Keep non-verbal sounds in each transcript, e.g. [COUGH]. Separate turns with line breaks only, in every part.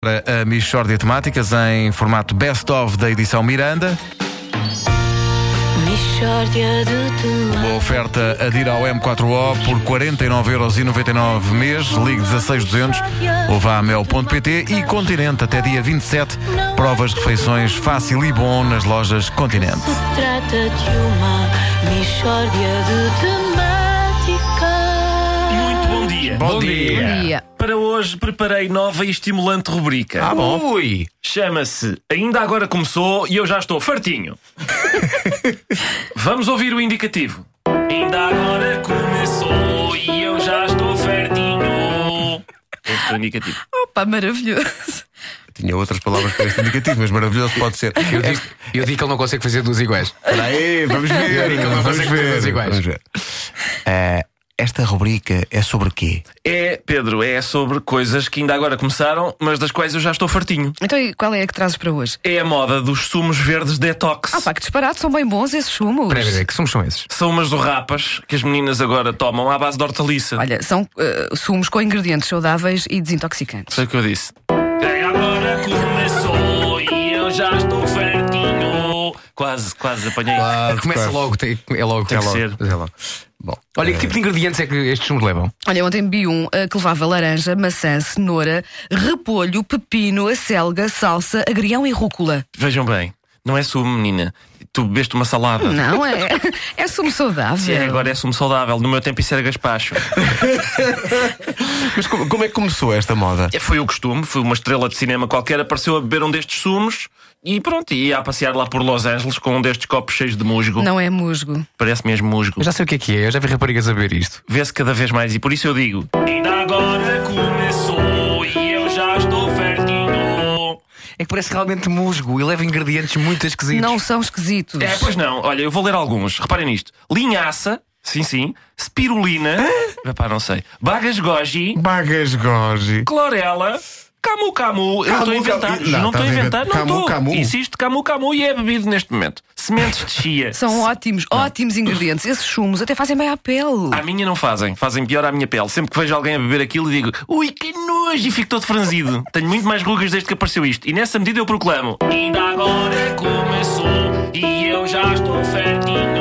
Para a Michórdia de Temáticas em formato Best of da edição Miranda,
Mishória de
uma
temáticas.
oferta adir ao M4O por 49,99€ mês, ligue 16200 ou vá a mel.pt e Continente até dia 27, provas de refeições fácil e bom nas lojas Continente.
Se trata de uma mishória de temáticas.
Muito bom dia.
Bom dia.
Para hoje preparei nova e estimulante rubrica.
Ah, bom. Ui.
Chama-se Ainda Agora Começou e eu já estou fartinho.
[LAUGHS]
Vamos ouvir o indicativo. Ainda agora começou e eu já estou fartinho. Este é o indicativo.
Opa, maravilhoso.
Tinha outras palavras para este indicativo, mas maravilhoso pode ser.
Eu digo, eu digo que ele não consegue fazer duas iguais.
Espera aí, vamos ver. um
Eu não
Vamos
consigo ter
ver.
todas iguais.
Vamos ver. Eh, esta rubrica é sobre quê?
É, Pedro, é sobre coisas que ainda agora começaram, mas das quais eu já estou fartinho.
Então, e qual é a que trazes para hoje?
É a moda dos sumos verdes detox.
Ah, pá, que disparate, são bem bons esses sumos.
Espera aí, é que sumos são esses?
São umas dorrapas que as meninas agora tomam à base de hortaliça.
Olha, são eh, sumos com ingredientes saudáveis e desintoxicantes.
Sei o que eu disse. Agora começou e eu já estou fartinho. Quase, quase apanhei.
Começa
claro.
logo, tem, é logo,
Tem
é
que
logo.
ser.
é logo. Bom, olha, que tipo de ingredientes é que estes sumos levam?
Olha, ontem vi um eh, que levava laranja, maçã, cenoura, repolho, pepino, acelga, salsa, agrião e rúcula.
Vejam bem, não é sumo, menina. Tu bebeste uma salada.
Não é?
[LAUGHS]
É sumo saudável.
Se é, agora é sumo saudável. No meu tempo isso era
[LAUGHS]
gaspacho.
Mas como, como é que começou esta moda?
É, Foi o costume, foi uma estrela de cinema qualquer, apareceu a beber um destes sumos e pronto, ia a passear lá por Los Angeles com um destes copos cheios de musgo.
Não é musgo.
Parece mesmo musgo.
Eu já sei o que é que é, eu já vi raparigas a beber isto.
Vê-se cada vez mais e por isso eu digo: Ainda agora começou e eu já estou fartinho.
É que parece realmente musgo e leva ingredientes muito esquisitos.
Não são esquisitos.
É, pois não. Olha, eu vou ler alguns. Reparem nisto: linhaça, sim, sim. Spirulina, epá, não sei. Bagas goji,
Bagas Goji.
clorela. Camu camu, eu não estou a inventar,
Camu- Não,
não estou
estás
a
a
inventar,
inventar.
não
Camu camu.
estou. Insisto, camu camu e é bebido neste momento. Sementes de chia.
[LAUGHS] São ótimos, ótimos ingredientes. Esses sumos até fazem bem à pele.
À minha não fazem, fazem pior à minha pele. Sempre que vejo alguém a beber aquilo, digo ui, que nojo! E fico todo
[LAUGHS]
franzido. Tenho muito mais rugas desde que apareceu isto. E nessa medida eu proclamo: Ainda agora começou e eu já estou fartinho.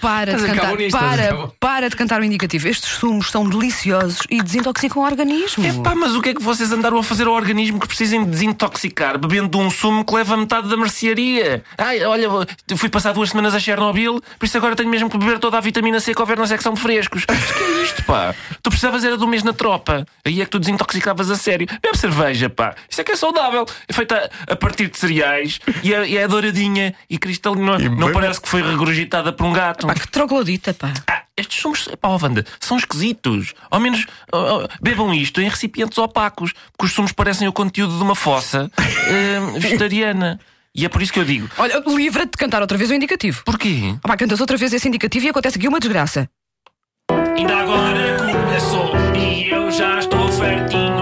Para de
Estás a
cantar,
acabar nisto, estás a
para,
acabar.
para de cantar o indicativo. Estes sumos são deliciosos e desintoxicam o organismo.
Pá, mas o que é que vocês andaram a fazer ao organismo que precisem de desintoxicar bebendo de um sumo que leva metade da mercearia? Ai, olha, eu fui passar duas semanas a Chernobyl, por isso agora tenho mesmo que beber toda a vitamina C que houver na secção de frescos. Mas que é isto, pá? Tu precisavas era do mês na tropa. Aí é que tu desintoxicavas a sério. Bebe cerveja, pá. Isso é que é saudável. É feita a partir de cereais e é, e é douradinha e cristalina.
E
Não, não
bem- Ah,
parece que foi regurgitada por um gato.
Pá, que troglodita, pá.
Ah, estes sumos, pá, ó, Wanda, são esquisitos. Ao menos ó, ó, bebam isto em recipientes opacos, porque os sumos parecem o conteúdo de uma fossa [LAUGHS] eh, vegetariana. E é por isso que eu digo:
Olha, livra-te de cantar outra vez o indicativo.
porquê?
Ah, pá, cantas outra vez esse indicativo e acontece aqui uma desgraça.
Ainda agora começou e eu já estou fartinho.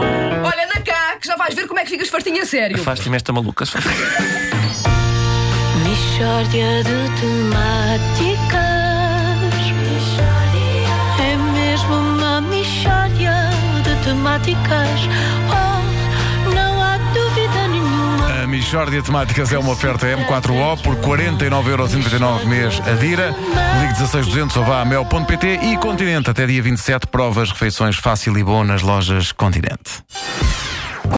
Olha, anda cá, que já vais ver como é que ficas fartinha a sério.
Afaste-me esta maluca, se faz favor.
Mishória de temáticas. É mesmo uma mishória de temáticas. Oh, não há dúvida nenhuma.
A Michórdia de Temáticas é uma oferta M4O por 49,99€ mês adira. Ligue 16200 ou vá a mel.pt e Continente até dia 27 provas, refeições fácil e bom nas lojas Continente.